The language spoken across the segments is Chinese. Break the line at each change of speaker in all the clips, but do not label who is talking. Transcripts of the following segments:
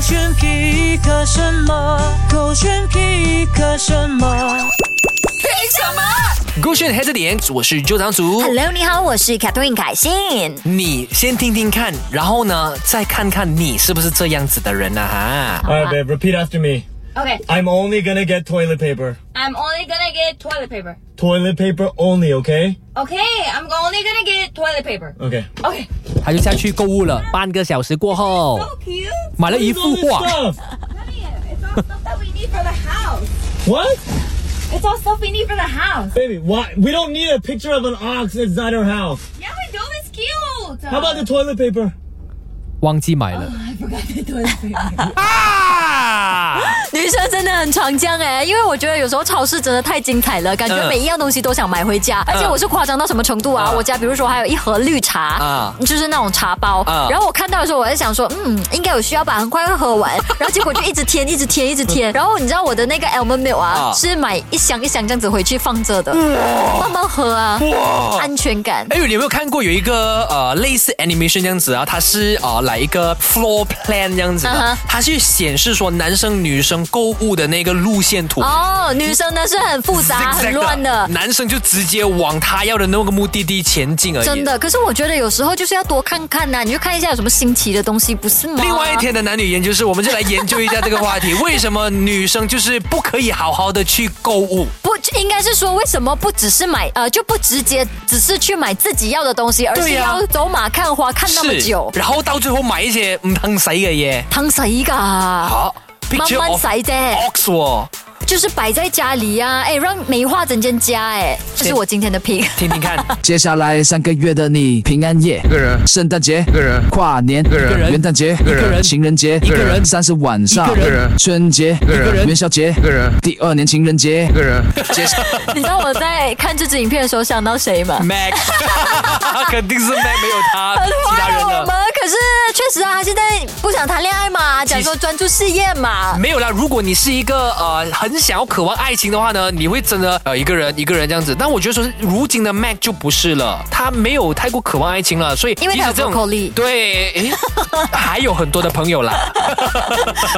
选皮克什么？狗选皮克什么？
勾选黑着点，我是周长祖。
Hello，你好，我是 Catherine 凯欣。
你先听听看，然后呢，再看看你是不是这样子的人啊？哈，
All right, babe, repeat after me.
Okay,
I'm only gonna get toilet paper.
I'm only gonna get toilet paper.
Toilet paper only, okay?
Okay, I'm only gonna get toilet paper.
Okay.
Okay.
他就下去购物了。半个小时过后，
So cute.
买了一幅
All this
画。
stuff.
Honey, it's all stuff that we need for the house.
What?
It's all stuff we need for the house.
Baby, why? We don't need a picture of an ox inside our house.
Yeah, we do. It's cute.
How about the toilet paper?
忘记买了
I forgot the toilet paper.
啊！
女生真的很常这样哎，因为我觉得有时候超市真的太精彩了，感觉
嗯
每一样东西都想买回家。而且我是夸张到什么程度啊？我家比如说还有一盒绿茶，
啊
就是那种茶包。
啊
然后我看到的时候，我在想说，嗯，应该有需要吧，很快会喝 完。然后结果就一直添，一直添，一直添。然后你知道我的那个 almond milk 啊，
嗯啊
是买一箱一箱这样子回去放着的，慢慢喝啊，安全感。
哎，你有没有看过有一个呃类似 animation 这样子啊？它是呃来一个 floor plan 这样子
嗯
的
哼，
它去显示说男生女生购物的那个路线图。
哦，女生呢是很复杂、
zigzag
很乱的。
男生就直接往他要的那个目的地前进而已。啊
真。的，可是我觉得有时候就是要多看看呐、你就看一下有什么新奇的东西，不是吗？
另外一天的男女研究室，我们就来研究一下这个话题：为什么女生就是不可以好好的去购物？
不应该是说为什么不只是买呃，就不直接只是去买自己要的东西，而是
对呀
要走马看花看那么久，
然后到最后买一些唔疼使嘅嘢。
疼谁噶？
好
啊慢
，picture
慢
of
塞啫，
ox 哦，
就是摆在家里呀、啊，哎，让美化整间家，哎，这是我今天的 pick。
听听看。
接下来三个月的你，平安夜一个人，圣诞节一个人，跨年一个人，元旦节一个人，情人节一个人，三十晚上一个人，春节一个人，元宵节一个人，第二年情人节一个人。接下
你知道我在看这支影片的时候想到谁吗？
Mac，肯定是 Mac 没有他，其他人
哦我们
的。
可是确实啊，他现在不想谈恋爱嘛，讲说专注事业嘛。
没有啦，如果你是一个呃很想要渴望爱情的话呢，你会真的呃一个人一个人这样子。但我觉得说是，如今的 Mac 就不是了，他没有太过渴望爱情了，所以
因为他有
即使这种
broccoli
对， 诶还有很多的朋友啦。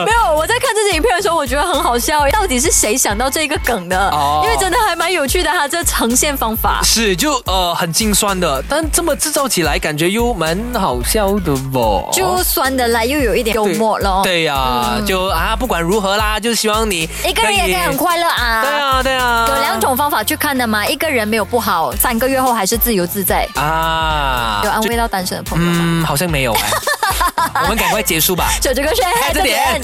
没有，我在看这支影片的时候，我觉得很好笑，到底是谁想到这个梗的？
哦
因为真的还蛮有趣的，它这呈现方法。
是，就呃很心酸的，但这么制造起来，感觉又蛮好笑的啵。
就酸的来，又有一点幽
对
默咯。
哦
嗯
对呀、就啊，不管如何啦，就希望你
一个人也可以很快乐啊。
对啊，对啊，
有两种方法去看的嘛，一个人没有不好，三个月后还是自由自在。
啊，嗯
有安慰到单身的朋友吗？
嗯，好像没有哎、我们赶快结束吧。
就这个是。
这点